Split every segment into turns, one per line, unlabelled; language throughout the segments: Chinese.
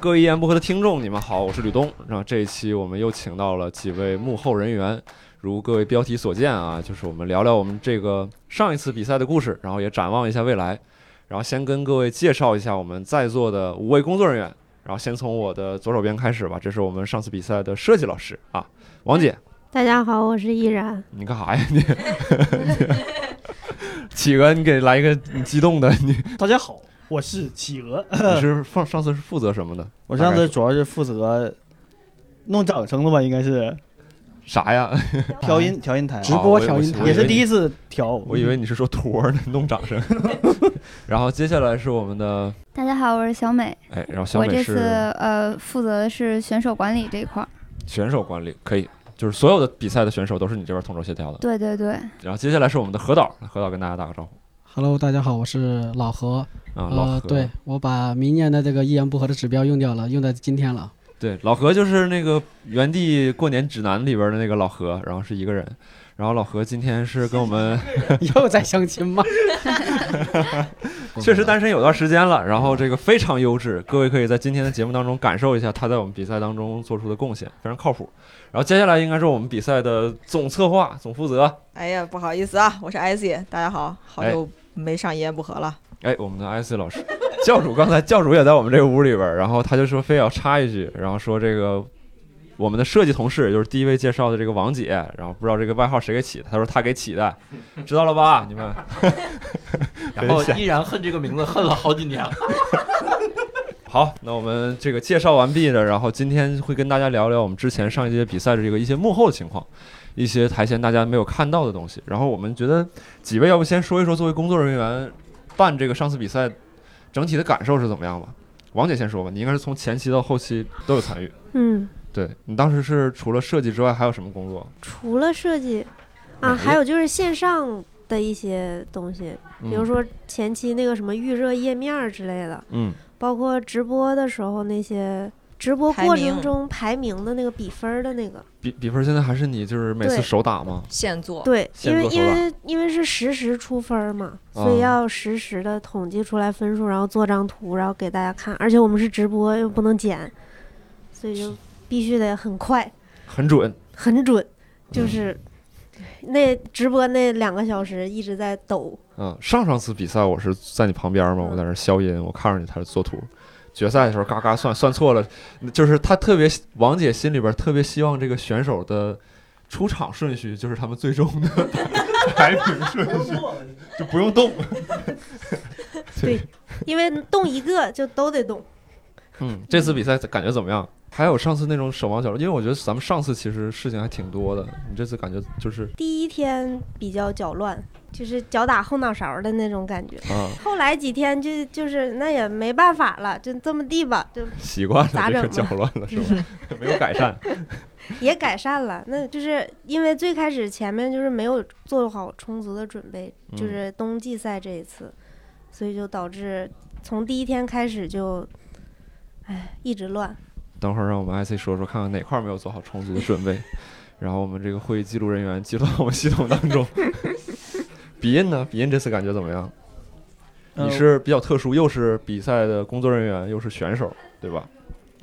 各位一言不合的听众，你们好，我是吕东。然后这一期我们又请到了几位幕后人员，如各位标题所见啊，就是我们聊聊我们这个上一次比赛的故事，然后也展望一下未来。然后先跟各位介绍一下我们在座的五位工作人员。然后先从我的左手边开始吧，这是我们上次比赛的设计老师啊，王姐，
大家好，我是依然。
你干啥呀啊你？ 企鹅，你给来一个你激动的，你
大家好，我是企鹅，
你是放上次是负责什么的？
我上次主要是负责弄掌声的吧，应该是
啥呀？
调音调音台，
直播调音台
啊我
也是第
一，
一次调。
我以为你是说托儿呢，弄掌声。然后接下来是我们的，
大家好，我是小美，
哎，然后小
我
美
这次
是
呃负责的是选手管理这一块儿。
选手管理，可以，就是所有的比赛的选手都是你这边统筹协调的。
对对对，
然后接下来是我们的何导，何导跟大家打个招呼
Hello，大家好，我是老何。
啊，老
呃
何，，
对我把明年的这个一言不合的指标用掉了，用在今 天了。
对，老何就是那个原地过年指南里边的那个老何，然后是一个人。然后老何今天是跟我们
又在相 亲吗？
确实单身有段时间了，然后这个非常优质，各位可以在今天的节目当中感受一下他在我们比赛当中做出的贡献，非常靠谱。然后接下来应该是我们比赛的总策划、总负责，
哎呀，不好意思啊，我是 IC，大家好，好
哎
久没上一言不合了。
哎，我们的 IC 老师，教主刚才教主也在我们这个屋里边儿，然后他就说非要插一句，然后说这个我们的设计同事，也就是第一位介绍的这个王姐，然后不知道这个外号谁给起的，他说他给起的，知道了吧？你们，然后
依然恨这个名字，恨了好几年了。
好，那我们这个介绍完毕了，然后今天会跟大家聊聊我们之前上一届比赛的这个一些幕后的情况，一些台前大家没有看到的东西。然后我们觉得几位要不先说一说，作为工作人员办这个上次比赛整体的感受是怎么样吧？王姐先说吧，你应该是从前期到后期都有参与。
嗯，
对你当时是除了设计之外还有什么工作？
除了设计啊，
嗯
还有就是线上的一些东西，
嗯
比如说前期那个什么预热页面儿之类的，
嗯，
包括直播的时候那些直播
排
过程
名哦
中排名的那个比分儿的那个。
比比分现在还是你就是每次
对
手打吗？
现做，嗯
对，
现
因为
做
因
手把
为因为是实时出分儿嘛，所以
啊
要实时的统计出来分数，然后做张图，然后给大家看。而且我们是直播，又不能剪，所以就必须得很快、
很准。
很准，
嗯
就是。那直播那两个小时一直在抖，
嗯，上上次比赛我是在你旁边嘛，我在那儿消音，我看着你在那儿做图。决赛的时候嘎嘎算算错了，就是他特别王姐心里边特别希望这个选手的出场顺序就是他们最终的排名顺序，就不用动。
对，因为动一个就都得动。
嗯，这次比赛感觉怎么样？还有上次那种手忙脚乱，因为我觉得咱们上次其实事情还挺多的，你这次感觉就是
第一天比较搅乱，就是脚打后脑勺的那种感觉。
啊
后来几天就就是那也没办法了，就这么地吧，就
习惯了
咋
这个搅
整
乱了是 吧？没有改善。
也改善了，那就是因为最开始前面就是没有做好充足的准备，
嗯
就是冬季赛这一次，所以就导致从第一天开始就，哎，一直乱。
等会儿让我们 IC 说说看看哪块儿没有做好充足的准备，然后我们这个会议记录人员记录到我们系统当中。 比印呢？比印这次感觉怎么样？你
啊、
是比较特殊，又是比赛的工作人员，又是选手，对吧？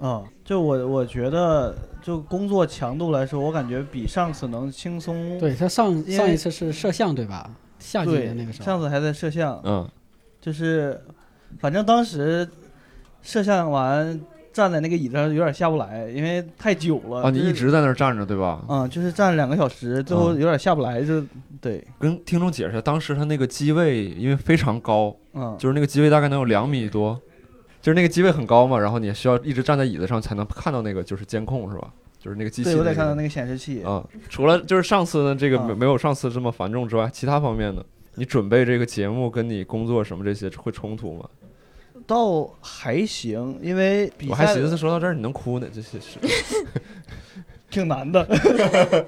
嗯就我我觉得就工作强度来说，我感觉比上次能轻松。
对他上
因为
上一次是摄像对吧？夏季
对
的那个时候
上，次还在摄像，
嗯，
就是反正当时摄像完站在那个椅子上有点下不来，因为太久了。
啊，你
就是
一直在那儿站着，对吧？
嗯，就是站两个小时，最后
嗯
有点下不来，就对，
跟听众解释，当时他那个机位因为非常高，
嗯，
就是那个机位大概能有两米多，就是那个机位很高嘛，然后你需要一直站在椅子上才能看到那个就是监控是吧？就是那个机器、
对
那
我
个。
得看到那个显示器，
啊，除了就是上次呢，这个没
啊
没有上次这么繁重之外，其他方面呢，你准备这个节目跟你工作什么这些会冲突吗？
倒还行，因为比赛
我还寻思说到这儿你能哭呢，这些 是
挺 难的，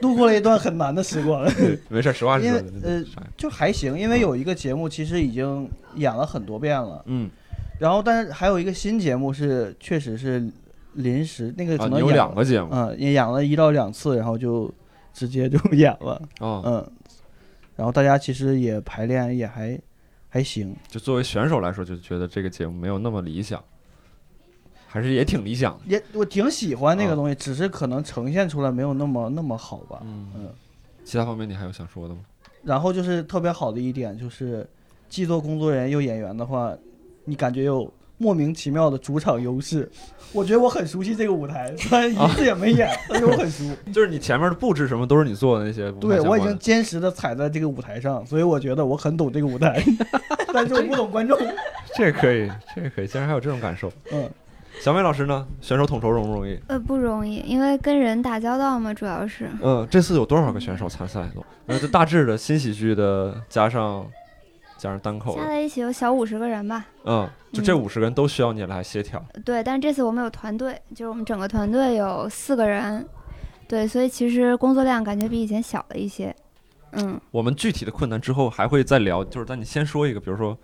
度过了一段很难的时光，
没事儿，实话实
因
说
为
的。
呃
啥呀
就还行，因为有一个节目其实已经演了很多遍了，
嗯，
然后但是还有一个新节目是确实是临时那个
啊，
可
你
能
有
演
两个节目啊，
嗯也演了一到两次，然后就直接就演了，
啊
嗯，然后大家其实也排练也还还行，
就作为选手来说，就觉得这个节目没有那么理想。还是也挺理想的。
也我挺喜欢那
啊
个东西，只是可能呈现出来没有那么那么好吧。
嗯，
嗯，
其他方面你还有想说的吗？
然后就是特别好的一点就是，既做工作人员又演员的话，你感觉有莫名其妙的主场优势。 我觉得我很熟悉这个舞台，虽然一次也 没演，但是我很熟。
就是你前面的布置什么都是你做的那些舞台
对
相
我
关
已
的，
经坚实的踩在这个舞台上，所以我觉得我很懂这个舞 台，但是我不懂观众。
这可以，这可以，竟然还有这种感受。
嗯，
小美老师呢？选手统筹容不容易？
呃，不容易，因为跟人打交道嘛，主要是
嗯，这次有多少个选手参赛都？那就大致的新喜剧的加上加上单口
加
的，
在一起有小五十个人吧。
嗯，就这
嗯
五十个人都需要你来协调。
对，但是这次我们有团队，就是我们整个团队有四个人，对，所以其实工作量感觉比以前小了一些。嗯，
我们具体的困难之后还会再聊，就是但你先说一个，比如说，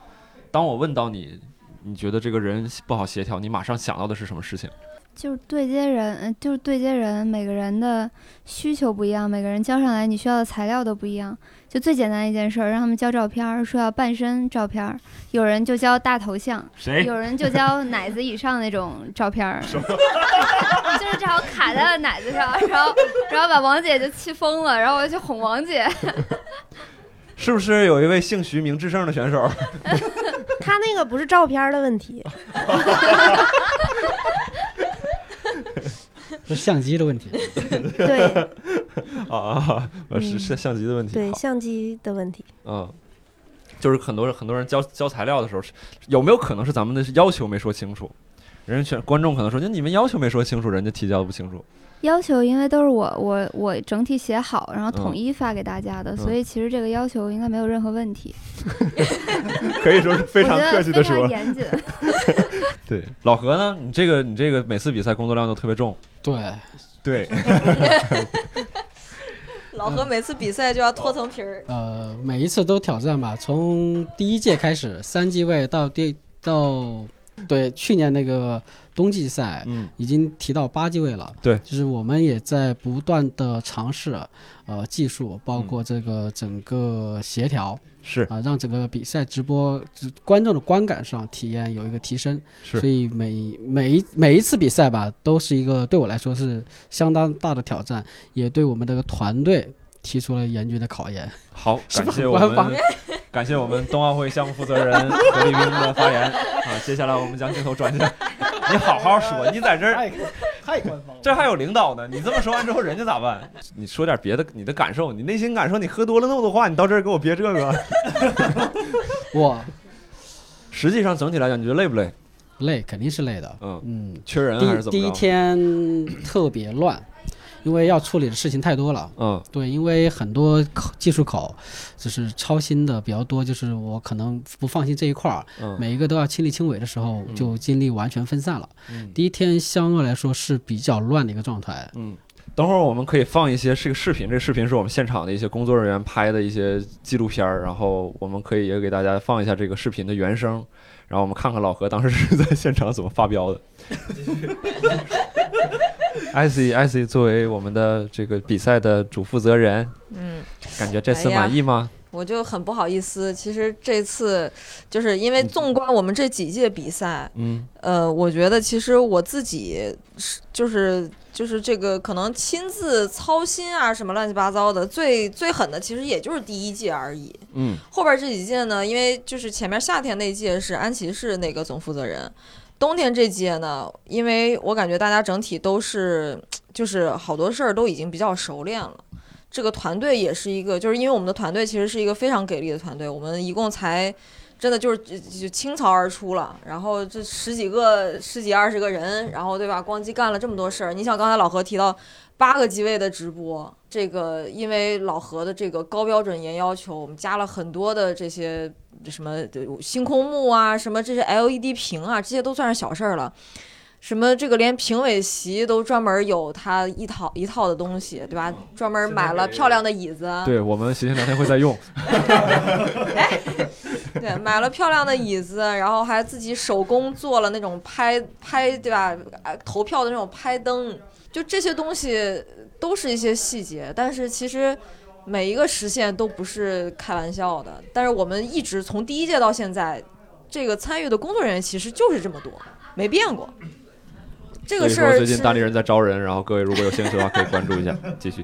当我问到你，你觉得这个人不好协调，你马上想到的是什么事情？
就是对接人，呃就是对接人，每个人的需求不一样，每个人交上来你需要的材料都不一样。就最简单一件事儿，让他们交照片儿，说要半身照片儿，有人就交大头像，
哎
谁？
有人就交奶子以上那种照片儿，就是正好卡在了奶子上，然后然后把王姐就气疯了，然后我就去哄王姐。
是不是有一位姓徐名志胜的选手？ 啊
他那个不是照片儿的问题，
是相机的问题。
对
啊啊，啊是
嗯
是相机的问题。
对，
好
相机的问题。
嗯，就是很多人很多人交交材料的时候，是有没有可能是咱们的要求没说清楚？人家选观众可能说，那你们要求没说清楚，人家提交的不清楚。
要求因为都是我我我整体写好，然
嗯
后统一发给大家的，
嗯
所以其实这个要求应该没有任何问题。
可以说是非
我觉得非常严谨，
对，老何呢？你这个你这个每次比赛工作量都特别重。
对，
对，
老何每次比赛就要脱层皮儿，
呃，每一次都挑战吧，从第一届开始，三季位到第到，对，去年那个冬季赛
嗯，
已经提到八季位了。
对
就是我们也在不断的尝试，呃，技术包
嗯
括这个整个协调
是
啊、让整个比赛直播直观众的观感上体验有一个提升。
是
所以每每一每一次比赛吧，都是一个对我来说是相当大的挑战，也对我们这个团队提出了严峻的考验。
好，
是
感
吧
谢我
官
们
方
感谢我们冬奥会项目负责人何立斌的发言啊！接下来我们将镜头转 向，你好好说，你在这儿
太太官方了。
这还有领导呢，你这么说完之后，人家咋办？ 你说点别的，你的感受，你内心感受，你喝多了那么多话，你到这儿给我憋这个。
哇，
实际上整体来讲，你觉得累不累？
累肯定是累的。
嗯，
嗯，
缺人还是
第
怎么着？
第一，天特别乱，因为要处理的事情太多了。
嗯
对，因为很多口技术口就是超新的比较多，就是我可能不放心这一块儿，
嗯，
每一个都要亲力亲为的时候，
嗯
就精力完全分散了。
嗯
第一天相对来说是比较乱的一个状态。
嗯。等会儿我们可以放一些这个视频，这个视频是我们现场的一些工作人员拍的一些纪录片儿，然后我们可以也给大家放一下这个视频的原声，然后我们看看老何当时是在现场怎么发飙的。 艾希，艾希作为我们的这个比赛的主负责人，
嗯，
感觉这次
哎呀
满意吗？
我就很不好意思。其实这次就是因为纵观我们这几届比赛，
嗯
呃，我觉得其实我自己是就是就是这个可能亲自操心啊什么乱七八糟的，最最狠的其实也就是第一届而已。
嗯
后边这几届呢，因为就是前面夏天那届是安琪是那个总负责人，冬天这届呢，因为我感觉大家整体都是就是好多事儿都已经比较熟练了。这个团队也是一个，就是因为我们的团队其实是一个非常给力的团队，我们一共才真的就是就就倾巢而出了，然后这十几个、十几二十个人，然后对吧？咣叽干了这么多事儿。你想刚才老何提到八个机位的直播，这个因为老何的这个高标准严要求，我们加了很多的这些什么星空幕啊，什么这些 LED 屏啊，这些都算是小事儿了。什么这个连评委席都专门有他一套一套的东西，对吧？专门买了漂亮的椅子，，啊
嗯对我们协前两天会再用。
对，买了漂亮的椅子，然后还自己手工做了那种拍拍，对吧？呃投票的那种拍灯，就这些东西都是一些细节，但是其实每一个实现都不是开玩笑的。但是我们一直从第一届到现在，这个参与的工作人员其实就是这么多，没变过。 这个事
所以
儿
说
是
最近当地人在招人，然后各位如果有兴趣的话，可以关注一下。继续，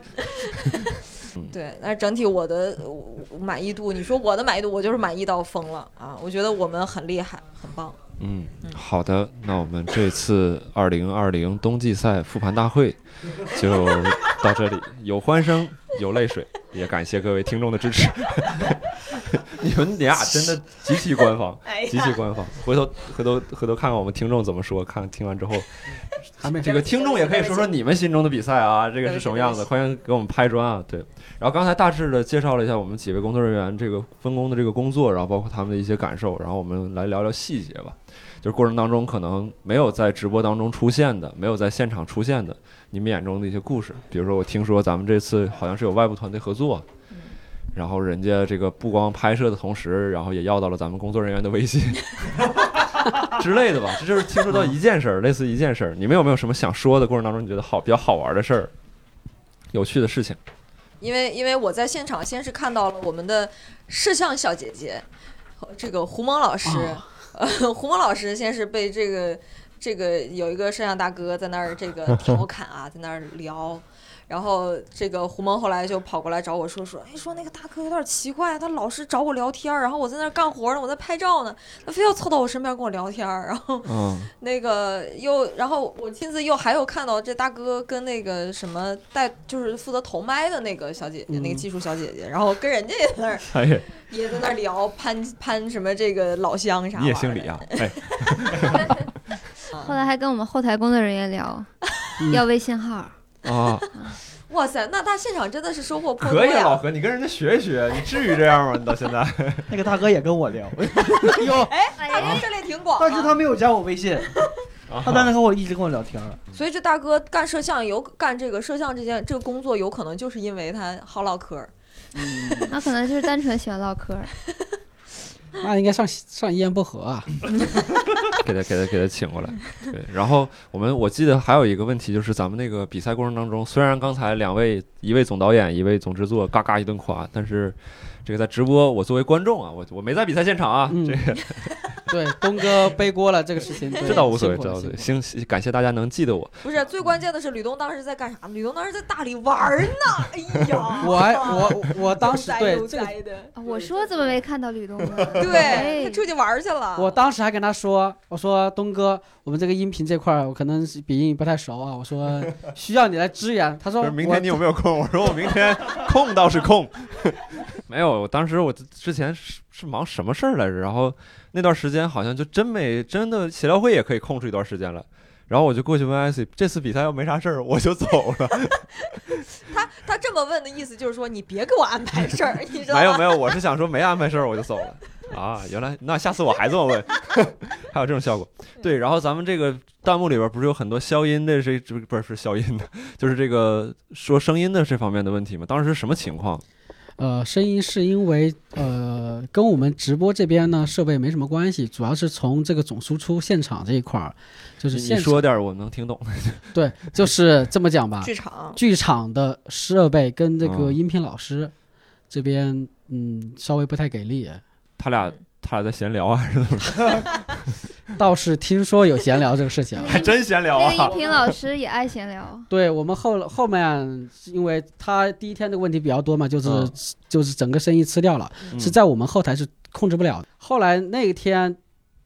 对，那整体我的我满意度，你说我的满意度，我就是满意到疯了啊！我觉得我们很厉害，很棒。
嗯，好的，那我们这次二零二零冬季赛复盘大会就到这里，有欢声，有泪水，也感谢各位听众的支持。 你们俩真的极其官方，
哎
极其官方。回头回头回头看看我们听众怎么说，看听完之后，
还没
这个听众也可以说说你们心中的比赛啊，这个是什么样子？
对
欢迎给我们拍砖啊，对。然后刚才大致的介绍了一下我们几位工作人员这个分工的这个工作，然后包括他们的一些感受，然后我们来聊聊细节吧。就是过程当中可能没有在直播当中出现的，没有在现场出现的，你们眼中的一些故事。比如说，我听说咱们这次好像是有外部团队合作，
嗯
然后人家这个不光拍摄的同时，然后也要到了咱们工作人员的微信 之类的吧。这就是听说到一件事儿，类似一件事儿。你们有没有什么想说的过程当中，你觉得好比较好玩的事儿、有趣的事 情？
因为因为我在现场先是看到了我们的摄像小姐姐，这个胡蒙老师，呃，胡蒙老师先是被这个这个有一个摄像大哥在那儿这个调侃啊，在那儿聊。然后这个胡蒙后来就跑过来找我说说，哎，说那个大哥有点奇怪，他老是找我聊天儿，然后我在那儿干活呢，我在拍照呢，他非要凑到我身边跟我聊天儿，然后
嗯，
那个又，然后我亲自又还有看到这大哥跟那个什么带，就是负责投麦的那个小姐姐，那个
嗯
技术小姐姐，然后跟人家也在那儿
哎呀，
也在那儿聊攀攀什么这个老乡啥。
你也姓李？ 啊？哎，
后来还跟我们后台工作人员聊，要微信号。
啊，
哇塞，那他现场真的是收获颇多
可以啊，老
呀！
何，你跟人家学一学，你至于这样吗？你到现在
那个大哥也跟我聊，
哎，他涉猎挺广、啊，
但是他没有加我微信，
啊
他但是跟我一直跟我聊天儿。
所以这大哥干摄像有干这个摄像这件这个工作，有可能就是因为他好唠嗑儿。
那可能就是单纯喜欢唠 嗑儿。
那应该上上一言不合啊。
给他给他给他请过来。对，然后我们我记得还有一个问题，就是咱们那个比赛过程当中，虽然刚才两位一位总导演一位总制作嘎嘎一顿夸，但是这个在直播，我作为观众啊，我我没在比赛现场啊，
嗯
这个
对，东哥背锅了这个事情，对
这倒无所谓，
辛苦
这
了
倒无所谓。
辛
行，感谢大家能记得我。
不是，最关键的是吕东当时在干啥？吕东当时在大理玩儿呢。哎呀，
苦了我还我我当 时
悠哉
对
悠
这个，
哉的
啊我说怎么没看到吕东呢？
对，他
哎
出去玩儿去了。
我当时还跟他说，我说东哥，我们这个音频这块儿我可能是鼻音不太熟啊，我说 需要你来支援。他说
就是明天你有没有空？我说我明 天空倒是空，没有。我当时我之前是是忙什么事儿来着？然后那段时间好像就真没真的协调会也可以空出一段时间来。然后我就过去问艾 C，这次比赛要没啥事儿我就走了。
他他这么问的意思就是说，你别给我安排事儿，你知道吗？
没有没有，我是想说没安排事儿我就走了。啊，原来那下次我还这么问，还有这种效果。对，然后咱们这个弹幕里边不是有很多消音的这这不是不是消音的，就是这个说声音的这方面的问题嘛？当时是什么情况？
呃，声音是因为呃跟我们直播这边呢设备没什么关系，主要是从这个总输出现场这一块儿，就是
你
现场
说点儿我能听懂。
对，就是这么讲吧。
剧场
剧场的设备跟这个
嗯
音频老师这边，嗯，稍微不太给力。
他俩他俩在闲聊啊，还是怎么着？
倒是听说有闲聊这个事情啊，
还真闲聊
那
啊
个！音频老师也爱闲 聊，
对我们后后面，因为他第一天这个问题比较多嘛，就是、
嗯
就是整个生意吃掉了，
嗯
是在我们后台是控制不了的。后来那一天，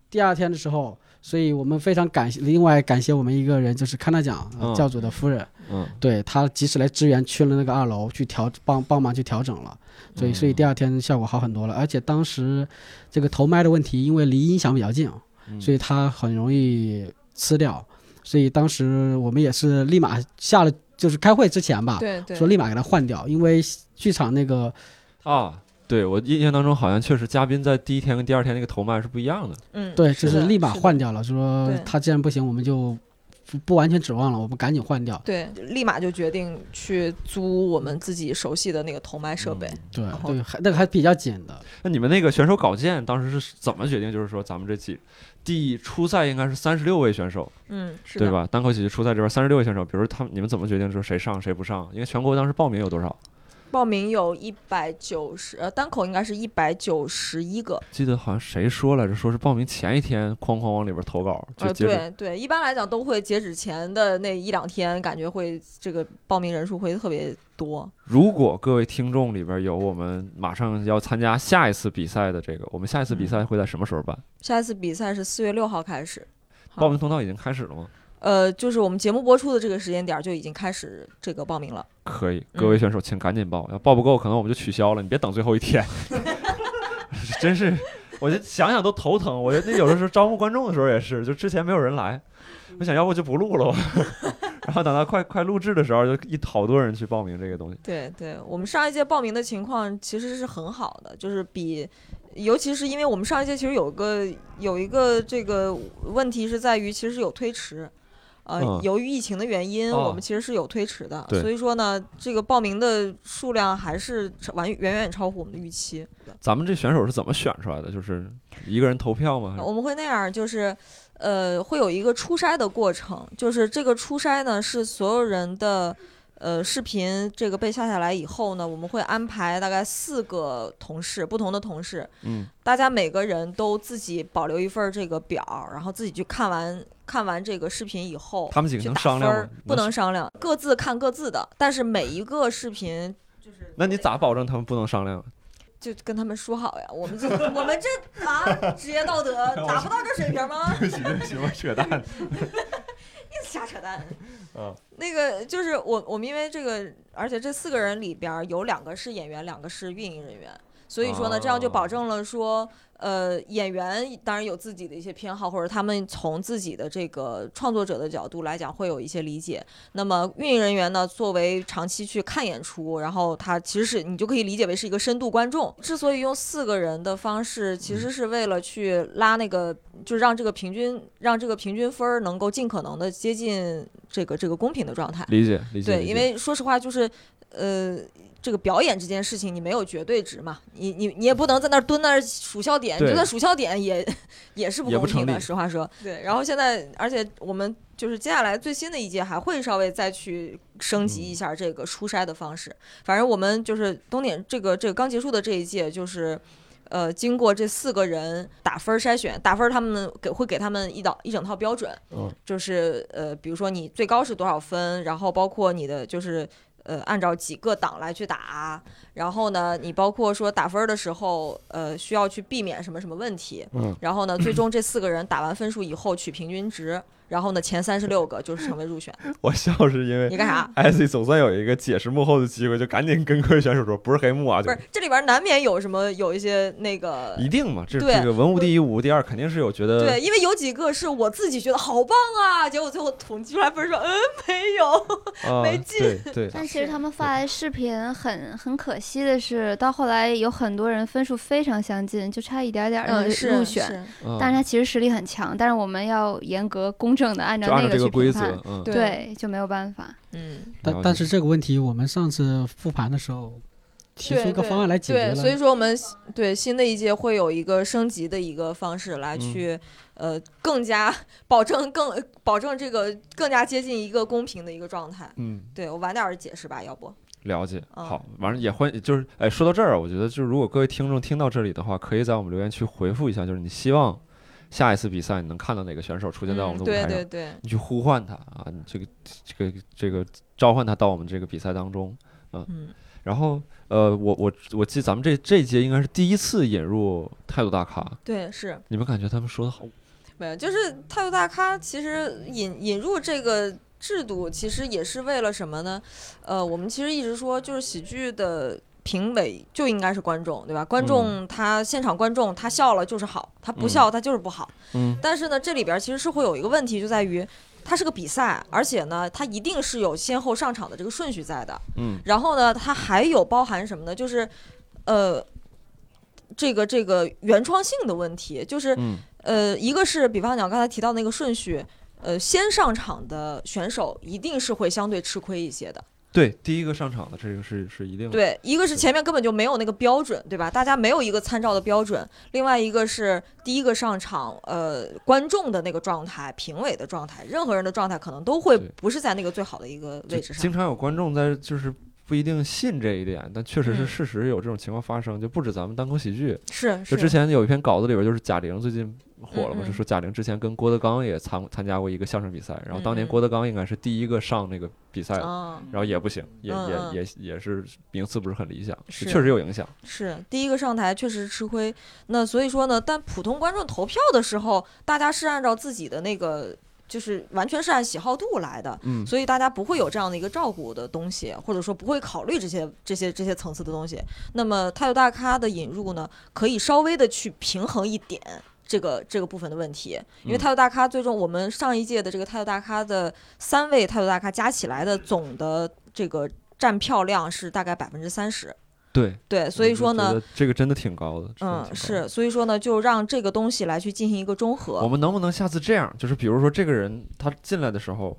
第二天的时候，所以我们非常感谢，另外感谢我们一个人，就是康纳奖、呃
嗯
教主的夫人，
嗯，
对他及时来支援，去了那个二楼去调帮帮忙去调整了，所以所
嗯
以第二天效果好很多了。而且当时这个头麦的问题，因为离音响比较近，啊
嗯
所以它很容易吃掉。所以当时我们也是立马下了，就是开会之前吧，
对对
说立马给它换掉，因为剧场那个
啊，对我印象当中好像确实嘉宾在第一天跟第二天那个头麦是不一样的。
嗯，
对，就是
的
立马
的
换掉了，说
对
它既然不行，我们就不不完全指望了，我们赶紧换掉。
对，立马就决定去租我们自己熟悉的那个头麦设备。
对
好
对，还那个还比较紧的，
那你们那个选手稿件当时是怎么决定？就是说咱们这几第初赛应该是三十六位选手，
嗯，是
对
的。
吧？单口喜剧初赛这边三十六位选手，比如他们你们怎么决定说谁上谁不上？因为全国当时报名有多少？
报名有一百九十，呃，单口应该是一百九十一个。
记得好像谁说来着，说是报名前一天哐哐往里边投稿，就
呃，
截止
对对，一般来讲都会截止前的那一两天，感觉会这个报名人数会特别多。
如果各位听众里边有我们马上要参加下一次比赛的这个，我们下一
嗯
次比赛会在什么时候办？
下一次比赛是四月六号开始，好
报名通道已经开始了吗？
呃，就是我们节目播出的这个时间点儿就已经开始这个报名了。
可以，
嗯
各位选手请赶紧报，要报不够可能我们就取消了，你别等最后一天。 真是，我就想想都头疼。我觉得那有的时候招募观众的时候也是，就之前没有人来，我 想要不就不录了吧。然后等到快快录制的时候，就一好多人去报名这个东西。
对对，我们上一届报名的情况其实是很好的，就是比，尤其是因为我们上一届其实有个有一个这个问题是在于其实有推迟，呃，
嗯
由于疫情的原因，
哦
我们其实是有推迟的，
对
所以说呢，这个报名的数量还是超完远远超乎我们的预期。
咱们这选手是怎么选出来的？就是一个人投票吗？
我们会那样，就是，呃，会有一个初筛的过程，就是这个初筛呢是所有人的，呃，视频这个被下下来以后呢，我们会安排大概四个同事，不同的同事，
嗯，
大家每个人都自己保留一份儿这个表儿，然后自己去看完看完这个视频以后，
他们几个
哦去
能
打
商
分
量
儿
吗？
不能商量，各自看各自的，但是每一个视频
那你咋保证他们不能商量？
就跟他们说好呀，我们这 我们这啊职 业道德达不到这水平吗？
不行不行，我扯 淡。
瞎扯淡。
嗯，
那个就是我我们因为这个，而且这四个人里边儿有两个是演员，两个是运营人员，所以说呢，这样就保证了说，呃，演员当然有自己的一些偏好，或者他们从自己的这个创作者的角度来讲会有一些理解。那么运营人员呢，作为长期去看演出，然后他其实是你就可以理解为是一个深度观众。之所以用四个人的方式，其
嗯
实是为了去拉那个就是让这个平均，让这个平均分儿能够尽可能的接近这个这个公平的状态。
理解理解。
对，
理
因
解
为说实话，就是呃，这个表演这件事情，你没有绝对值嘛，你你你也不能在那儿蹲那儿数笑点，你
对
就算数笑点也 也是不
也不
公平
成
的。
立
实话说，对。然后现在，而且我们就是接下来最新的一届还会稍微再去升级一下这个初筛的方式。反正我们就是东点这个这个刚结束的这一届就是。呃，经过这四个人打分儿筛选，打分儿他们给会给他们一道一整套标准，
嗯
就是呃，比如说你最高是多少分，然后包括你的就是呃，按照几个档来去打，然后呢，你包括说打分儿的时候，呃，需要去避免什么什么问题，
嗯，
然后呢，最终这四个人打完分数以后取平均值，然后呢，前三十六个就是成为入选。
我笑是因为
你干啥？
艾希总算有一个解释幕后的机会，就赶紧跟各位选手说，不是黑幕啊，
不
就是
这里边难免有什么有一些那个
一呃定嘛，这
对
这个文无第一，武无第二，肯定是有觉得
对，因为有几个是我自己觉得好棒啊，结果最后统计出来分数，嗯，没 有。
啊
没劲
对 对，
但其实他们发来视频很很可惜的是，到后来有很多人分数非常相近，就差一点
嗯
点儿就入选。
嗯
但是他其实实力很强，但是我们要严格公正的按
就
照
按
那
照这
去
个规
评
则
判，，
嗯，
对
对，就没有办 法。
嗯，
了
但
解
但是这个问题，我们上次复盘的时候提出一个方案来解决
对，所以
了。
说我们对新的一届会有一个升级的一个方式来
嗯
去，呃，更加保证更保证这个更加接近一个公平的一个状态。
嗯，
对我晚点儿解释吧，要不
了解。
啊
好，完了也欢，就是哎，说到这儿啊，我觉得就是如果各位听众听到这里的话，可以在我们留言区回复一下，就是你希望下一次比赛你能看到哪个选手出现在我们的
嗯
舞台上，
对对对，
你去呼唤他啊，你这个这个这个召唤他到我们这个比赛当中。
嗯，
然后呃，我我我记得咱们这这一届应该是第一次引入态度大咖，
对是。
你们感觉他们说的好？
没有，就是态度大咖，其实引引入这个制度，其实也是为了什么呢？呃，我们其实一直说，就是喜剧的评委就应该是观众，对吧？观众他、现场观众他笑了就是好，他不
嗯
笑他就是不好。
嗯
但是呢，这里边其实是会有一个问题，就在于它是个比赛，而且呢，它一定是有先后上场的这个顺序在的。
嗯，
然后呢，它还有包含什么呢？就是，呃，这个这个原创性的问题，就是
嗯
呃，一个是比方讲刚才提到那个顺序，呃，先上场的选手一定是会相对吃亏一些的。
对，第一个上场的这个是是一定的。
对，一个是
嗯是
前面根本就没有那个标准，对吧？大家没有一个参照的标准。另外一个是第一个上场，呃，观众的那个状态、评委的状态，任何人的状态可能都会
对
不是在那个最好的一个位
就
置
经
上。
常有观众在就是不一定信这一点，但确实是
嗯
事实有这种情况发生，就不止咱们单口喜剧。
是
就是之前有一篇稿子里边，就是贾玲最近火了嘛，
嗯嗯
就说贾玲之前跟郭德纲也参参加过一个相声比赛，然后当年
嗯嗯
郭德纲应该是第一个上那个比赛的，
啊，
然后也不行，也
嗯嗯
也也也是名次不是很理想，
是
就确实有影响。
是第一个上台确实吃亏。那所以说呢，但普通观众投票的时候，大家是按照自己的那个，就是完全是按喜好度来的。
嗯，
所以大家不会有这样的一个照顾的东西，或者说不会考虑这些这些这些层次的东西。那么态度大咖的引入呢，可以稍微的去平衡一点这个这个部分的问题，因为
嗯
态度大咖最终我们上一届的这个态度大咖的三位态度大咖加起来的总的这个占票量是大概百分之三十。
对，
对，所以说
嗯我就
呢，
觉得这个真的挺高的。真的
嗯
挺高，的
是，所以说呢，就让这个东西来去进行一个中
我
和。
们能不能下次这样？就是比如说这个人他进来的时候，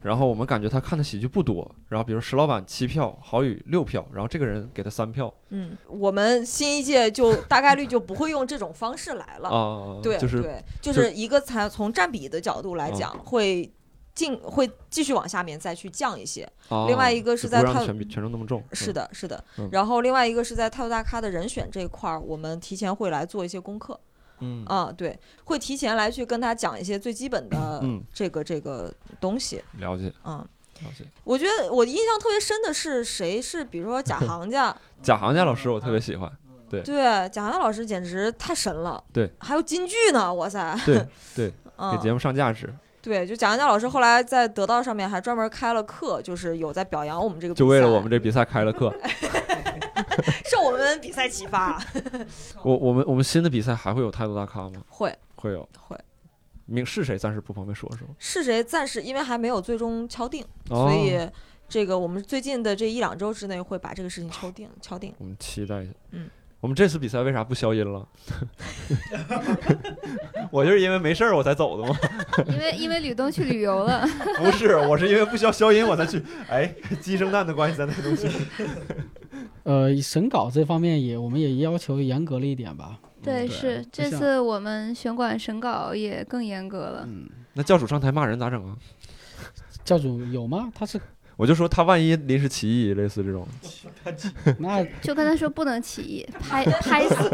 然后我们感觉他看的喜剧不多，然后比如石老板七票，郝宇六票，然后这个人给他三票
嗯，我们新一届就大概率就不会用这种方式来了。
啊，
对，
就是
对，就
就是
一个才从占比的角度来
嗯
讲，会进会继续往下面再去降一些。
啊
另外一个是
就
在
不让
看
权权重那么重，
是
的，
的，是的。
嗯
然后另外一个是在态度大咖的人选这一块儿，我们提前会来做一些功课
嗯
啊，对，会提前来去跟他讲一些最基本的
嗯
这个、这个东西，
了解
嗯。
了解。
我觉得我印象特别深的是谁？是比如说贾行家，
贾行家老师我特别喜欢，
嗯对，贾行家老师简直太神了。
对，
还有金句呢，哇塞！
对，给
嗯，
节目上价值，
对，就贾行家老师后来在得到上面还专门开了课，就是有在表扬我们这个比赛，
就为了我们这比赛开了课。
受我们比赛启发，
我我们我们新的比赛还会有态度大咖吗？
会
会有，
会
明是谁暂时不方便说说，哦
是谁？暂时因为还没有最终敲定，所以这个我们最近的这一两周之内会把这个事情敲定敲定。
我们期待一下。
嗯，
我们这次比赛为啥不消音了？ 我就是因为没事儿我才走的吗？
因为因为吕东去旅游了，
不是，我是因为不消消音我才去。哎，鸡生蛋的关系在那个东西。
呃，审稿这方面也我们也要求严格了一点吧。
对，是这
像
次我们选管审稿也更严格了。
嗯，
那教主上台骂人咋整啊？
教主有吗？他是
我就说他万一临时起义，类似这种，
那
就跟他说不能起义，拍拍死。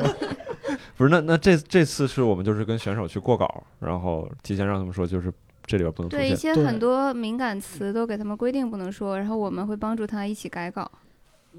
不是？那那这这次是我们就是跟选手去过稿，然后提前让他们说，就是这里边不能出
对一
现。
些
对
很多敏感词都给他们规定不能说，然后我们会帮助他一起改稿。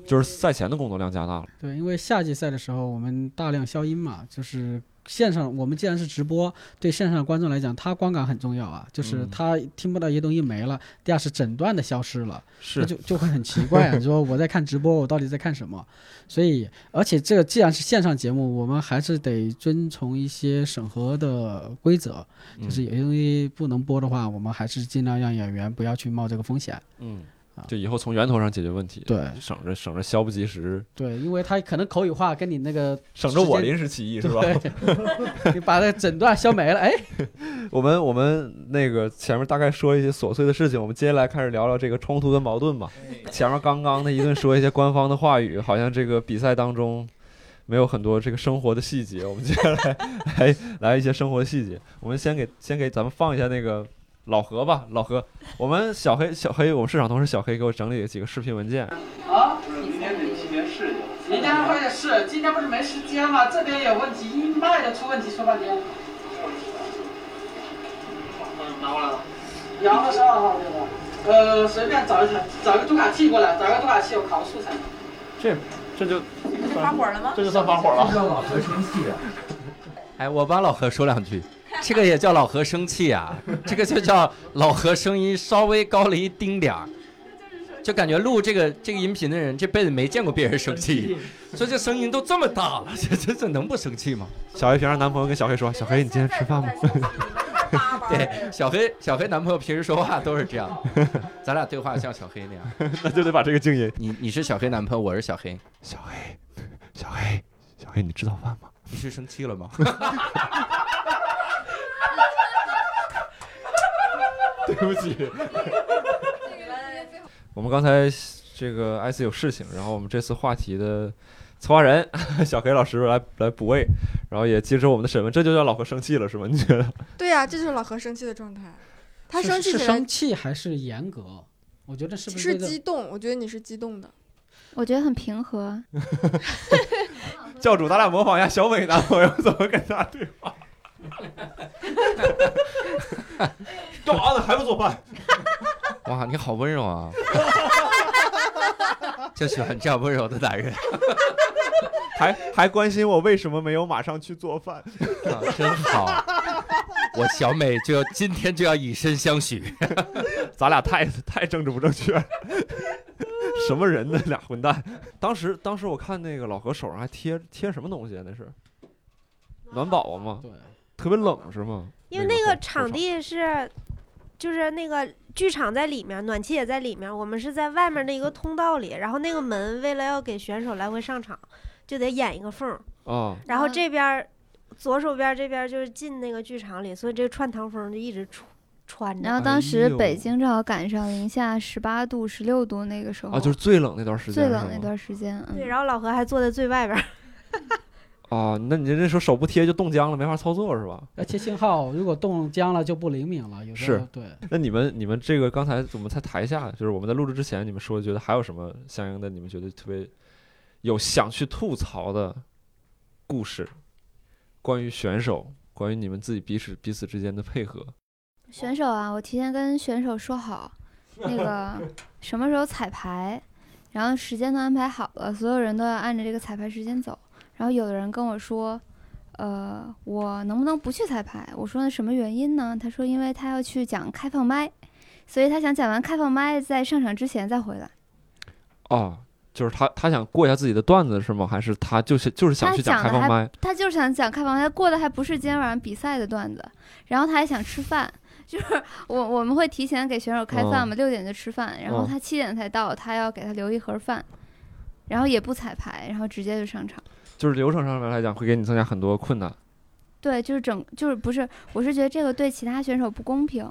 就是赛前的工作量加大了。
对，因为夏季赛的时候我们大量消音嘛，就是线上我们既然是直播，对线上的观众来讲，他观感很重要啊，就是
嗯
他听不到一些东西没了，第二是整段的消失了，
是
那就就会很奇怪 啊，你说我在看直播，我到底在看什么？所以，而且这个既然是线上节目，我们还是得遵从一些审核的规则，
嗯
就是有些东西不能播的话，我们还是尽量让演员不要去冒这个风险。
嗯
啊，
就以后从源头上解决问题，
对
省着省着消不及时，
对，因为他可能口语化跟你那个
省着我
时间
临时起义是吧？
对，你把那整段消没了，哎，
我们我们那个前面大概说一些琐碎的事情，我们接下来开始聊聊这个冲突跟矛盾吧。前面刚刚的一顿说一些官方的话语，好像这个比赛当中没有很多这个生活的细节。我们接下来来来一些生活的细节。我们先给先给咱们放一下那个老何吧，老何，我们小黑小黑，我们市场同事小黑给我整理了几个视频文件，
明天会是，今天不是没时间吗？这边有问题，音麦的出问题，说半天。阳了十二号对吧？呃，随便找一台，找个读卡器过来，找个读卡器，我拷素材。
这就
发火了吗？
这就算发火了。
让老何生气啊！
哎，我帮老何说两句，这个也叫老何生气啊，这个就叫老何声音稍微高了一丁点儿，就感觉录这个这个音频的人这辈子没见过别人生气，所以这声音都这么大了，这这这能不生气吗？
小黑平常男朋友跟小黑说：“小黑，你今天吃饭吗？”
对，小黑小黑男朋友平时说话都是这 样，咱俩对话像小黑那样。
那就得把这个静音。
你你是小黑男朋友，我是小黑，
小黑，小黑，小黑，你吃早饭吗？
你是生气了吗？
对不起。我们刚才这个艾斯有事情，然后我们这次话题的策划人 小黑老师来来补位，然后也接受我们的审问，这就叫老何生气了是吗？你觉得？
对呀、这就是老何生气的状态。他
是
生气
是
起来
生气还是严格？我觉得是不
是
这个
激动，我觉得你是激动的。
我觉得很平和。
教主，咱俩模仿一下小伟男朋友怎么跟他对 话。干嘛呢？还不做饭？
哇，你好温柔啊！就喜欢这样温柔的男人，
还还关心我为什么没有马上去做饭？
啊、真好。我小美就要今天就要以身相许。
咱俩太 太政治不正确了， 什么人呢？俩混蛋！当时当时我看那个老何手上还贴贴什么东西啊？那是暖宝宝吗？
对，
特别冷是吗？
因为那
后
个场，地是，就是那个剧场在里面，暖气也在里面，我们是在外面的一个通道里，然后那个门为了要给选手来回上场，就得演一个缝儿，
后啊，
然后
啊
这边儿左手边儿这边儿就是进那个剧场里，所以这个串堂风就一直穿穿
然
着。
后
哎
当时
呦
北京正好赶上零下十八度、十六度那个时候，
啊，就是最冷那段时间，
最冷那
是吗
段时间。
对，
嗯，
然后老何还坐在最外边儿，
啊，那你那时候手不贴就冻僵了，没法操作是吧？
而且呃信号如果冻僵了就不灵敏了，有时候
是
对。
那你们你们这个刚才我们在台下，就是我们在录制之前，你们说觉得还有什么相应的，你们觉得特别有想去吐槽的故事，关于选手，关于你们自己彼此彼此之间的配合。
选手啊，我提前跟选手说好，那个什么时候彩排，然后时间都安排好了，所有人都要按着这个彩排时间走。然后有的人跟我说，呃，我能不能不去彩排？我说那什么原因呢？他说因为他要去讲开放麦，所以他想讲完开放麦在上场之前再回来。
哦，就是他他想过一下自己的段子是吗？还是他就是就是想
他
去讲
讲
开
得
放
还
麦？
他就是想讲开房，他过的还不是今天晚上比赛的段子，然后他还想吃饭， 就是我我们会提前给选手开饭嘛，六、点就吃饭，然后
嗯
他七点才到，他要给他留一盒饭，然后也不彩排，然后直接就上场。
就是流程上面来讲，会给你增加很多困难。
对，就是整就是不是，我是觉得这个对其他选手不公平，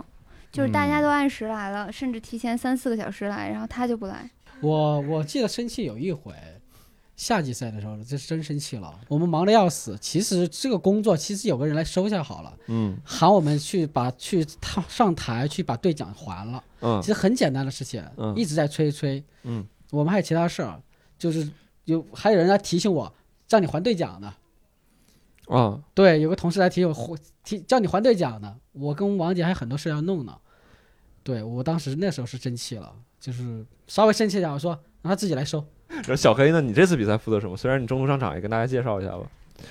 就是大家
嗯
都按时来了，甚至提前三四个小时来，然后他就不来。
我我记得生气有一回，夏季赛的时候，这是真生气了。我们忙得要死，其实这个工作其实有个人来收下好了，
嗯
喊我们去把去他上台去把兑奖还了，
嗯
其实很简单的事情，
嗯
一直在催催。
嗯，
我们还有其他事儿，就是有还有人来提醒我让你还兑奖呢。
啊
对，有个同事来提我还提叫你还兑奖呢，我跟王姐还有很多事要弄呢。对我当时那时候是真气了，就是稍微生气一下，我说让他自己来收。
然后小黑呢？你这次比赛负责什么？虽然你中途上场，也跟大家介绍一下吧。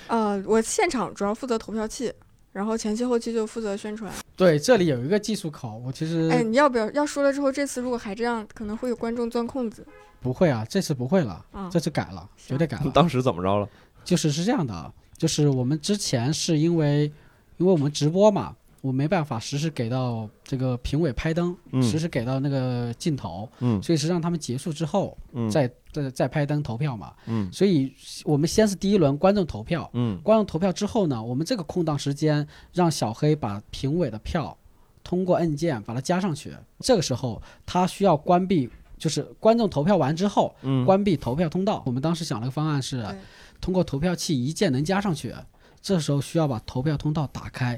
呃，我现场主要负责投票器，然后前期后期就负责宣传。
对，这里有一个技术口，我其
哎，
实
你要不要要输了之后，这次如果还这样，可能会有观众钻空子
不会啊，这次不会了，
啊。
这次改了，绝
行
对改了。
嗯当时怎么着了？
就是是这样的啊，就是我们之前是因为，因为我们直播嘛，我没办法实时给到这个评委拍灯，
嗯
实时给到那个镜头，
嗯
所以是让他们结束之后
嗯
再再再拍灯投票嘛。
嗯
所以我们先是第一轮观众投票，
嗯
观众投票之后呢，我们这个空档时间让小黑把评委的票通过按键把它加上去。这个时候他需要关闭，就是观众投票完之后
嗯
关闭投票通道。我们当时想了个方案是啊
对
通过投票器一键能加上去，这时候需要把投票通道打开，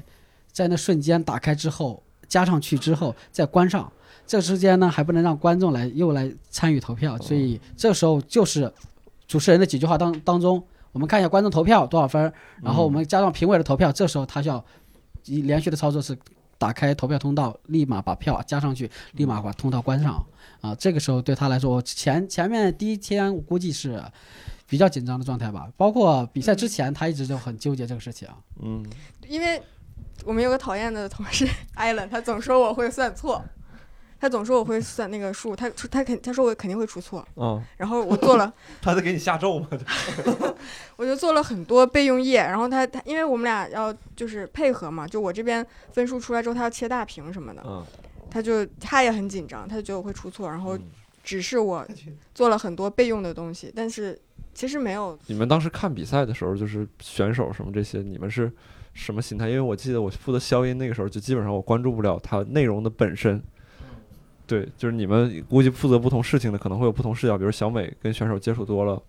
在那瞬间打开之后加上去之后再关上。这之间呢还不能让观众来又来参与投票，所以这时候就是主持人的几句话当当中，我们看一下观众投票多少分儿，然后我们加上评委的投票，这时候他需要一连续的操作是打开投票通道，立马把票加上去，立马把通道关上。啊，这个时候对他来说，我前前面第一天我估计是比较紧张的状态吧，包括比赛之前他一直就很纠结这个事情啊。
嗯，
因为我们有个讨厌的同事艾伦，他总说我会算错，他总说我会算那个数，他他肯他说我肯定会出错，
啊，
然后我做了，
他在给你下咒吗？
我就做了很多备用页，然后他他因为我们俩要就是配合嘛，就我这边分数出来之后，他要切大屏什么
哦
的，
嗯，
他就他也很紧张，他就觉得我会出错，然后只是我做了很多备用的东西，但是其实没有，
你们当时看比赛的时候，就是选手什么这些，你们是什么心态？因为我记得我负责消音那个时候，就基本上我关注不了它内容的本身。对，就是你们估计负责不同事情的，可能会有不同视角。比如小美跟选手接触多了，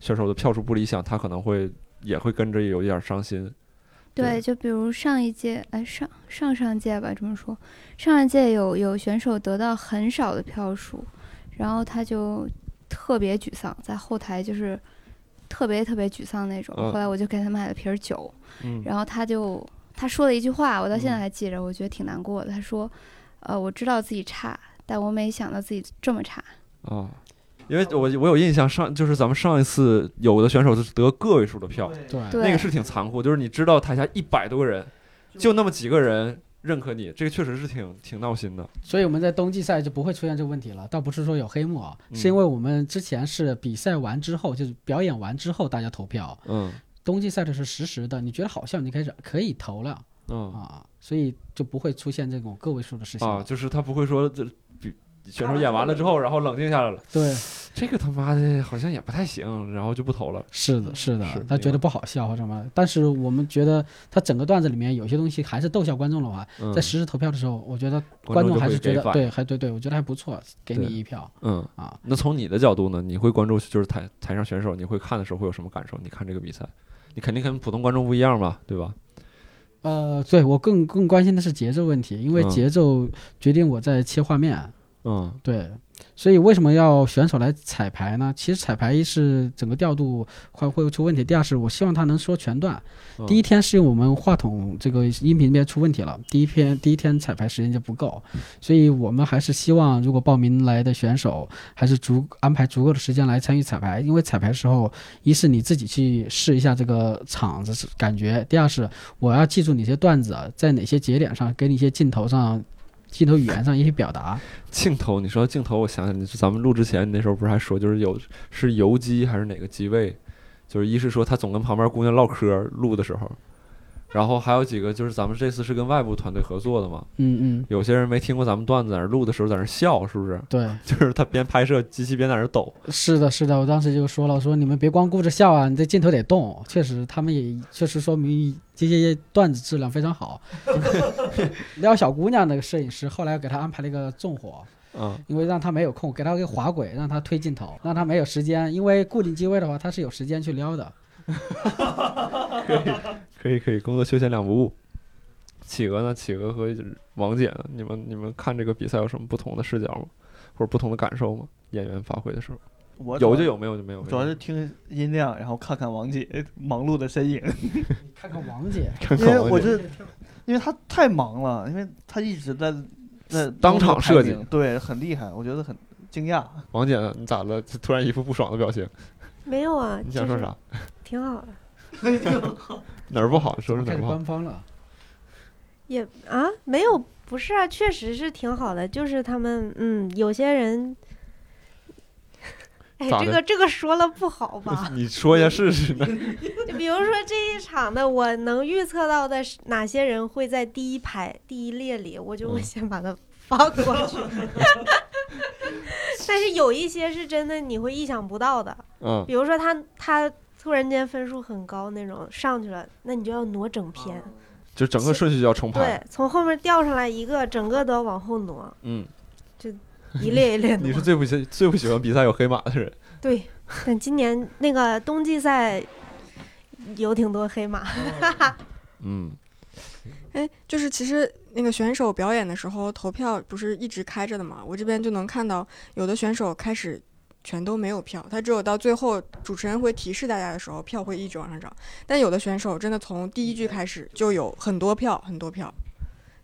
选手的票数不理想，她可能会也会跟着有一点伤心。对
对，就比如上一届，哎，上上上届吧，这么说，上上届有有选手得到很少的票数，然后他就特别沮丧，在后台就是特别特别沮丧那种。
嗯
后来我就给他买了瓶儿酒，
嗯
然后他就他说了一句话，我到现在
嗯
还记着，我觉得挺难过的。他说：“呃，我知道自己差，但我没想到自己这么差。
啊，因为我我有印象上就是咱们上一次有的选手是得个位数的票，
对，
对
啊那个是挺残酷，就是你知道台下一百多个人，就那么几个人认可你，这个确实是挺挺闹心的。
所以我们在冬季赛就不会出现这个问题了。倒不是说有黑幕啊，
嗯
是因为我们之前是比赛完之后，就是表演完之后大家投票。
嗯
冬季赛的是实时的，你觉得好笑，你就开始可以投了
嗯
啊，所以就不会出现这种个位数的事情了。
啊，就是他不会说这比选手演完了之后，然后冷静下来了，
对，
这个他妈的好像也不太行，然后就不投了。
是的，是的，
嗯是
他觉得不好笑或者什么，但是我们觉得他整个段子里面有些东西还是逗笑观众的话，
嗯
在实时投票的时候，我觉得
观
观
众
众
就
还
会
是觉
给
得
反
对，还对对，我觉得还不错，给你
对
一票
嗯，
啊。
那从你的角度呢？你会关注就是台台上选手，你会看的时候会有什么感受？你看这个比赛，你肯定跟普通观众不一样吧，对吧？
呃，对我更更关心的是节奏问题，因为
嗯
节奏决定我在切画面。
嗯
对，所以为什么要选手来彩排呢？其实彩排一是整个调度会会出问题，第二是我希望他能说全段。
嗯
第一天是因为我们话筒这个音频那边出问题了，第一篇第一天彩排时间就不够，所以我们还是希望如果报名来的选手还是足安排足够的时间来参与彩排，因为彩排时候一是你自己去试一下这个场子是感觉，第二是我要记住哪些段子在哪些节点上给你一些镜头上。镜头语言上一些表达，
镜头，你说镜头，我想想，就是咱们录之前，你那时候不是还说，就是有是游击还是哪个机位？就是一是说他总跟旁边姑娘唠嗑，录的时候，然后还有几个就是咱们这次是跟外部团队合作的嘛，
嗯嗯，
有些人没听过咱们段子，在那儿录的时候在那儿笑，是不是？
对，
就是他边拍摄机器边在那儿抖，
是的，是的，我当时就说了，我说你们别光顾着笑啊，你这镜头得动。确实，他们也确实说明这些段子质量非常好。 撩小姑娘那个摄影师后来给他安排了一个纵火，
啊
嗯
因为让他没有空，给他一个滑轨，让他推镜头，让他没有时间，因为固定机位的话，他是有时间去撩的。
可以可以，工作休闲两不误。企鹅呢？企鹅和王姐呢？你们你们看这个比赛有什么不同的视角吗？或者不同的感受吗？演员发挥的时候，
我
有
主
就
要
有，没有就没有。
主要是听音量，然后看看王姐呃忙碌的身影，
看看王姐，
看
因
看
为
王
我
姐
是因为她太忙了，因为她一直在在
当场设计
弄这个排名对，很厉害，我觉得很惊讶。
王姐呢？你咋了？突然一副不爽的表情，
没有啊，
你想说？啥？
挺好的，
哪儿不好？说说哪
开
儿
始
不好？
官方了。
也啊没有，不是啊，确实是挺好的，就是他们嗯，有些人。哎，
咋
这
的
个这个说了不好吧？
你说一下试试呢？
就比如说这一场的，我能预测到的是哪些人会在第一排第一列里，我就会
嗯
先把它放过去。 但是有一些是真的你会意想不到的，
嗯
比如说他他突然间分数很高那种上去了，那你就要挪整篇，
就整个顺序就要重排。
对，从后面掉上来一个，整个都要往后挪，
嗯，
一列一列
你是
挪。
最不喜最不喜欢比赛有黑马的人。
对，但今年那个冬季赛有挺多 黑马，
嗯
哎，就是其实那个选手表演的时候，投票不是一直开着的嘛？我这边就能看到有的选手开始全都没有票，他只有到最后主持人会提示大家的时候，票会一直往上涨。但有的选手真的从第一句开始就有很多票，很多票。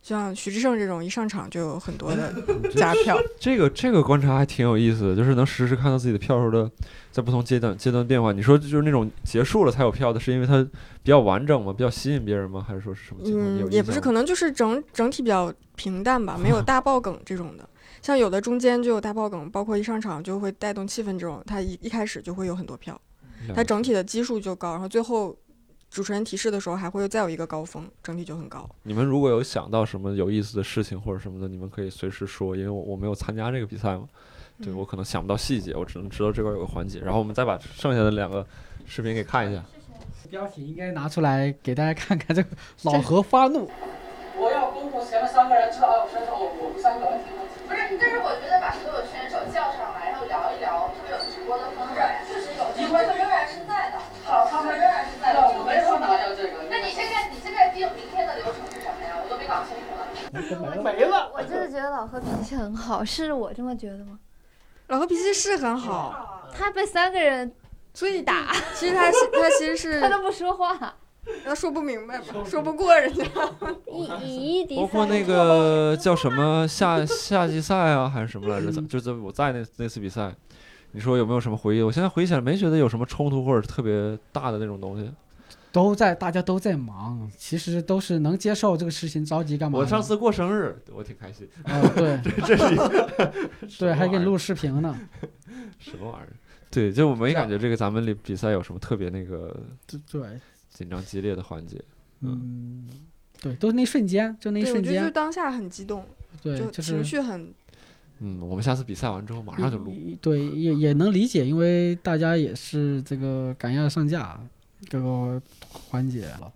像徐志胜这种一上场就有很多的加票，
这个这个观察还挺有意思的，就是能实时看到自己的票数的在不同阶段阶段变化。你说就是那种结束了才有票的，是因为它比较完整吗？比较吸引别人吗？还是说是什么情况？你有
嗯，
印
也不
象
是，
吗
可能就是整整体比较平淡 吧，没有大爆梗这种的。像有的中间就有大爆梗，包括一上场就会带动气氛这种，他一一开始就会有很多票。
嗯
它整体的基数就高，然后最后主持人提示的时候还会再有一个高峰，整体就很高。
你们如果有想到什么有意思的事情或者什么的，你们可以随时说，因为我我没有参加这个比赛嘛，对
嗯
我可能想不到细节，我只能知道这块有个环节，然后我们再把剩下的两个视频给看一下。
标题应该拿出来给大家看看，这个老何发怒，
我要公布前面三个人知道啊，选手我们三个问题。
不是，但是我觉得把所有选手叫上来，然后聊一聊，特别有直播的风格呀，确实有，直播它仍然是在的，
好，他们
仍然是在的。
那我没说拿掉这个。
那你现在你现在定明天的流程是什么呀？我都没搞清楚呢。
没了。
我真的觉得老何脾气很好，是我这么觉得吗？
老何脾气是很好，
他被三个人追 打，
其实他是他其实
嗯
是
他都不说话，
那说不明白吧，说不过人家。
以以一敌
包
三，
括那个叫什么 夏夏季赛啊，还是什么来着？
嗯
就是我在那那次比赛，你说有没有什么回忆？我现在回想没觉得有什么冲突或者特别大的那种东西。
都在大家都在忙，其实都是能接受这个事情，着急干嘛
我
呢？
上次过生日，我挺开心。
啊、对
这是一个什么玩意
对，
儿
还给你录视频呢。
什么玩意儿？对，就我没
啊
感觉这个咱们里比赛有什么特别那个
对对，
紧张激烈的环节。
嗯，对，都是那瞬间，就那一
对，我
瞬
觉得就
间，
当下很激动，
对，
就
就是
情绪很
嗯，我们下次比赛完之后马上就录。
对，也也能理解，因为大家也是这个赶鸭上架这个环节了。
嗯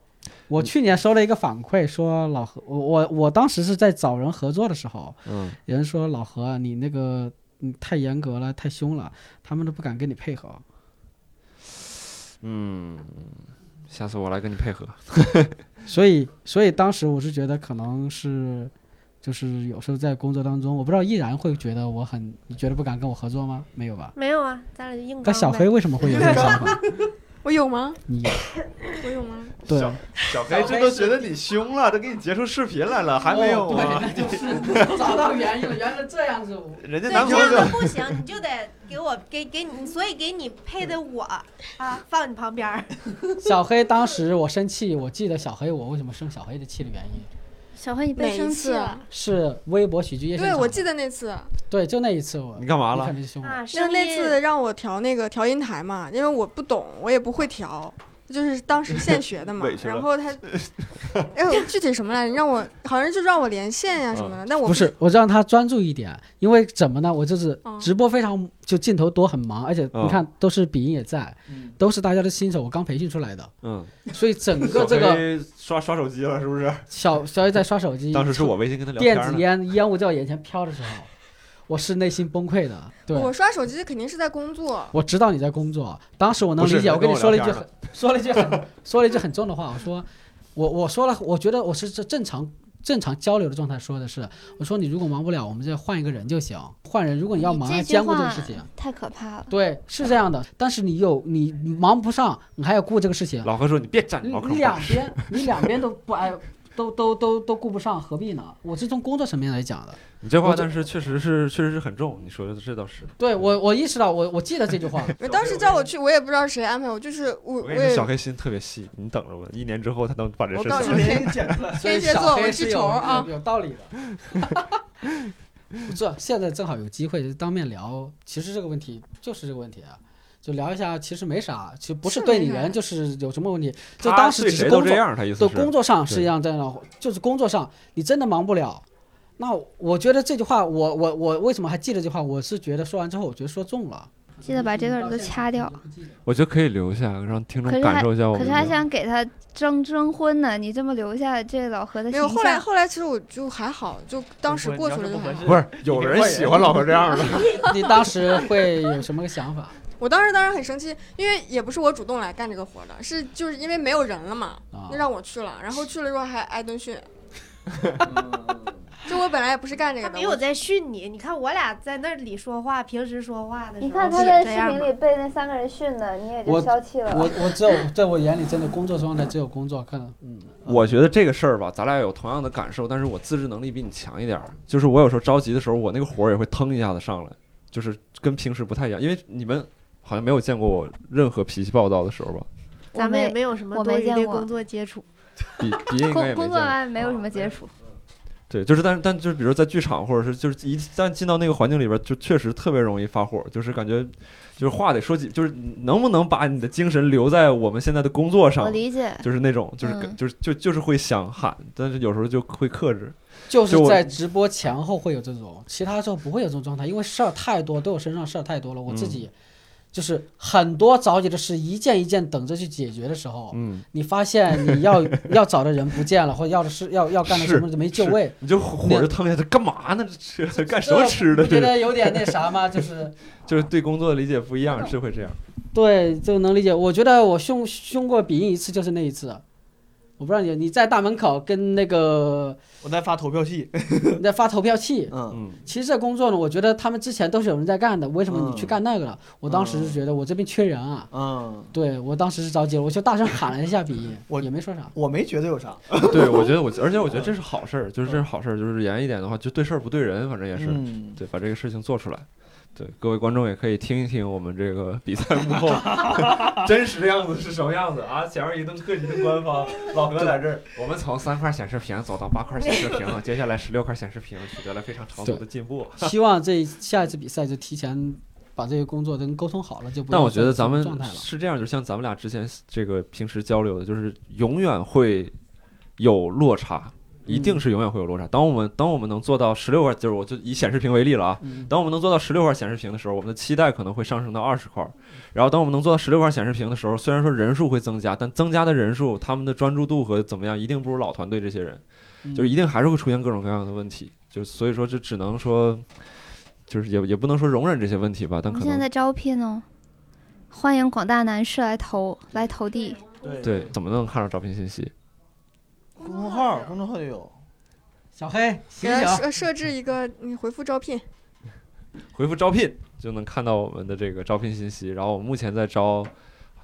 我去年收了一个反馈，说老何，我我我当时是在找人合作的时候，
嗯，
有人说老何啊，你那个你太严格了，太凶了，他们都不敢跟你配合。
嗯，下次我来跟你配合。
所以，所以当时我是觉得可能是，就是有时候在工作当中，我不知道依然会觉得我很，你觉得不敢跟我合作吗？没有吧？
没有啊，咱俩就硬刚呗。
但小黑为什么会有这种想法？
我有吗？
你
我有吗？
对
小小黑这都觉得你凶了，都给你截出视频来了，还没
哦
有吗？
找到原因了，原来这样子。
人家
对，
男
这
朋
样
友
的不行，你就得给我给给你，所以给你配的我
嗯
啊，放你旁边儿。
小黑当时我生气，我记得小黑我为什么生小黑的气的原因
小黑你
哪
被
一
生气
次啊
了，
是微博喜剧夜现
对，
场。
我记得那次，
对，就那一次我
你干嘛
你
了
肯？定凶我。
啊，
嗯就
声
那
音
次让我调那个调音台嘛，因为我不懂，我也不会调，就是当时现学的嘛
委。屈了
然后 他，哎呦，具体什么来着？你让我好像就让我连线呀、什么的，
嗯
但我
不是，我让他专注一点，因为怎么呢？我就是
嗯
直播非常就镜头多，很忙，而且
嗯
你看都是比音也在，
嗯
都是大家的新手，我刚培训出 来的，
嗯，
所以整个这个
刷刷手机了是不是？
小小野在刷手机，
当时是我微信跟他聊天
电
呢
子。烟烟雾在我眼前飘 的时候，我是内心崩溃的。对，
我刷手机肯定是在工作，
我知道你在工作，当时我能
不是
理解。
他
我跟你
跟我
说了一
聊
句
天
很，说了一句很，说了一句很重的话，我说，我我说了，我觉得我是这正常。正常交流的状态说的是，我说你如果忙不了，我们再换一个人就行。换人，如果你要忙，
你
要
这句
兼顾这个
话
事情，
太可怕了。
对，是这样的。但是你有你忙不上，你还要顾这个事情，
老何说：“你别站
你
老坑
你两边你两边都不爱，都都都都顾不上，何必呢？我是从工作层面来讲的。
你这话
我就
但是确实是确实是很重，你说的这倒是。
对我，我意识到，我我记得这句话，
当时叫我去，我也不知道谁安排我，就是我
我
我
跟你说，
也
小黑心特别细，你等着吧，一年之后他能把这
我
事
告
儿
嗯
诉
做。
你
连剪出来。
天蝎
小
座
黑
我
是
记
有
仇啊，
有有道理的。 不这现在正好有机会当面聊，其实这个问题就是这个问题啊，就聊一下，其实没啥，其实不是
是
对
没
你
啥
人，就是有什么问题，就
他
当时
对
只是
谁都
工
这
作
样，他意思
对
是
工作上是
对
一样这样的，就是工作上你真的忙不了。那我觉得这句话，我我我为什么还记得这句话？我是觉得说完之后，我觉得说中了。嗯
记得把这段都掐掉。
我觉得可以留下，让听
可
众
是
感
还
受一哦下我
可
们
是还
的。
想给他征征婚呢，你这么留下这老何的
没
形
有。
象，
后来后来其实我就还好，就当时过去了就还好。
不是有人喜欢老何这样的，
你当时会有什么个想法
我当时当然很生气，因为也不是我主动来干这个活的，是就是因为没有人了嘛，
啊
那？ 让我去了，然后去了之后还挨顿训。 就我本来也不是干
嗯
这
他
个的，
没有在训你，你看我俩在那里说话，平时说话的时候，
你看
不
他
也
在
这
视
样
频
吗
里被那三个人训的，你也
我
就消气了。
我我只有在我眼里，真的工作状态只有工作，看嗯，
我觉得这个事儿吧，咱俩有同样的感受，但是我自制能力比你强一点儿。就是我有时候着急的时候，我那个火儿也会腾一下子上来，就是跟平时不太一样。因为你们好像没有见过我任何脾气暴躁的时候吧？
我
咱们也
没
没有什么
我
多
没
余
见
的
过
工作接触。
比比应该也没见哦
工
过
工作。完没有什么接触。
对，就是但但就是比如在剧场或者是就是一旦进到那个环境里边儿，就确实特别容易发火，就是感觉就是话得说几，就是能不能把你的精神留在我们现在的工作
我
上，
理解，
就是那种就是、
嗯
就是就就是会想喊，但是有时候就会克制。
就是
就我
在直播前后会有这种，其他时候不会有这种状态，因为事儿太多，对我身上事儿太多了，我自
嗯
己就是很多着急的事，一件一件等着去解决的时候，
嗯，
你发现你要 要找的人不见了，或者要的是要要干的什么没就位，
你就火
那
就腾一下，这干嘛呢？这这干什么吃 的？
你觉
这是
得有点那 啥吗？就是
就是对工作的理解不一样，是会这样。
对，就能理解。我觉得我凶凶过比音一次，就是那一次，我不知道你你在大门口跟那个
我在发投票器，
你在发投票器。
嗯，
其实这工作呢，我觉得他们之前都是有人在干的，为什么你去干那个了？我当
嗯
时是觉得我这边缺人啊。
嗯，
对我当时是着急了，我就大声喊了一下鼻音，我也没说啥。
我没觉得有啥。
对，我觉得我，而且我觉得这是好事儿，就是这是好事儿，就是严一点的话，就对事儿不对人，反正也是
嗯，
对，把这个事情做出来。对，各位观众也可以听一听我们这个比赛幕 后真实的样子是什么样子啊！前面一顿客气的官方，老何在这儿，我们从三块显示屏走到八块显示屏，接下来十六块显示屏取得了非常长足的进步。
希望这下一次比赛就提前把这个工作都沟通好了，就不。
但我觉得咱们
状态了。
是这样，就像咱们俩之前这个平时交流的，就是永远会有落差，一
嗯
定是永远会有落差。当我们当我们能做到十六块，就是我就以显示屏为例了啊，
嗯
当我们能做到十六块显示屏的时候，我们的期待可能会上升到二十块。然后当我们能做到十六块显示屏的时候，虽然说人数会增加，但增加的人数他们的专注度和怎么样，一定不如老团队这些人，就是一定还是会出现各种各样的问题。就所以说，这只能说。就是也也不能说容忍这些问题吧，但
我们
可
现在
能
在招聘哦，欢迎广大男士来投来投递。
对怎么能看到招聘信息？
公众号，公众号就有。
小黑，啊
给他设设置一个你回复招聘，
回复招聘就能看到我们的这个招聘信息。然后我们目前在招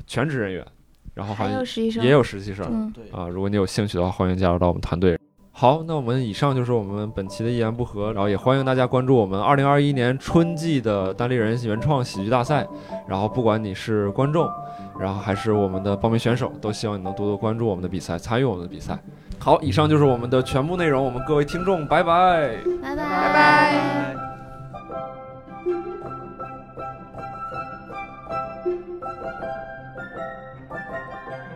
全职人员，然后好
还
像
有实习生
也有实习生、
嗯
啊。如果你有兴趣的话，欢迎加入到我们团队。好，那我们以上就是我们本期的一言不合，然后也欢迎大家关注我们二零二一年春季的单立人原创喜剧大赛。然后不管你是观众，然后还是我们的报名选手，都希望你能多多关注我们的比赛，参与我们的比赛。好，以上就是我们的全部内容，我们各位听众，拜拜。
拜拜
拜拜。
Thank you.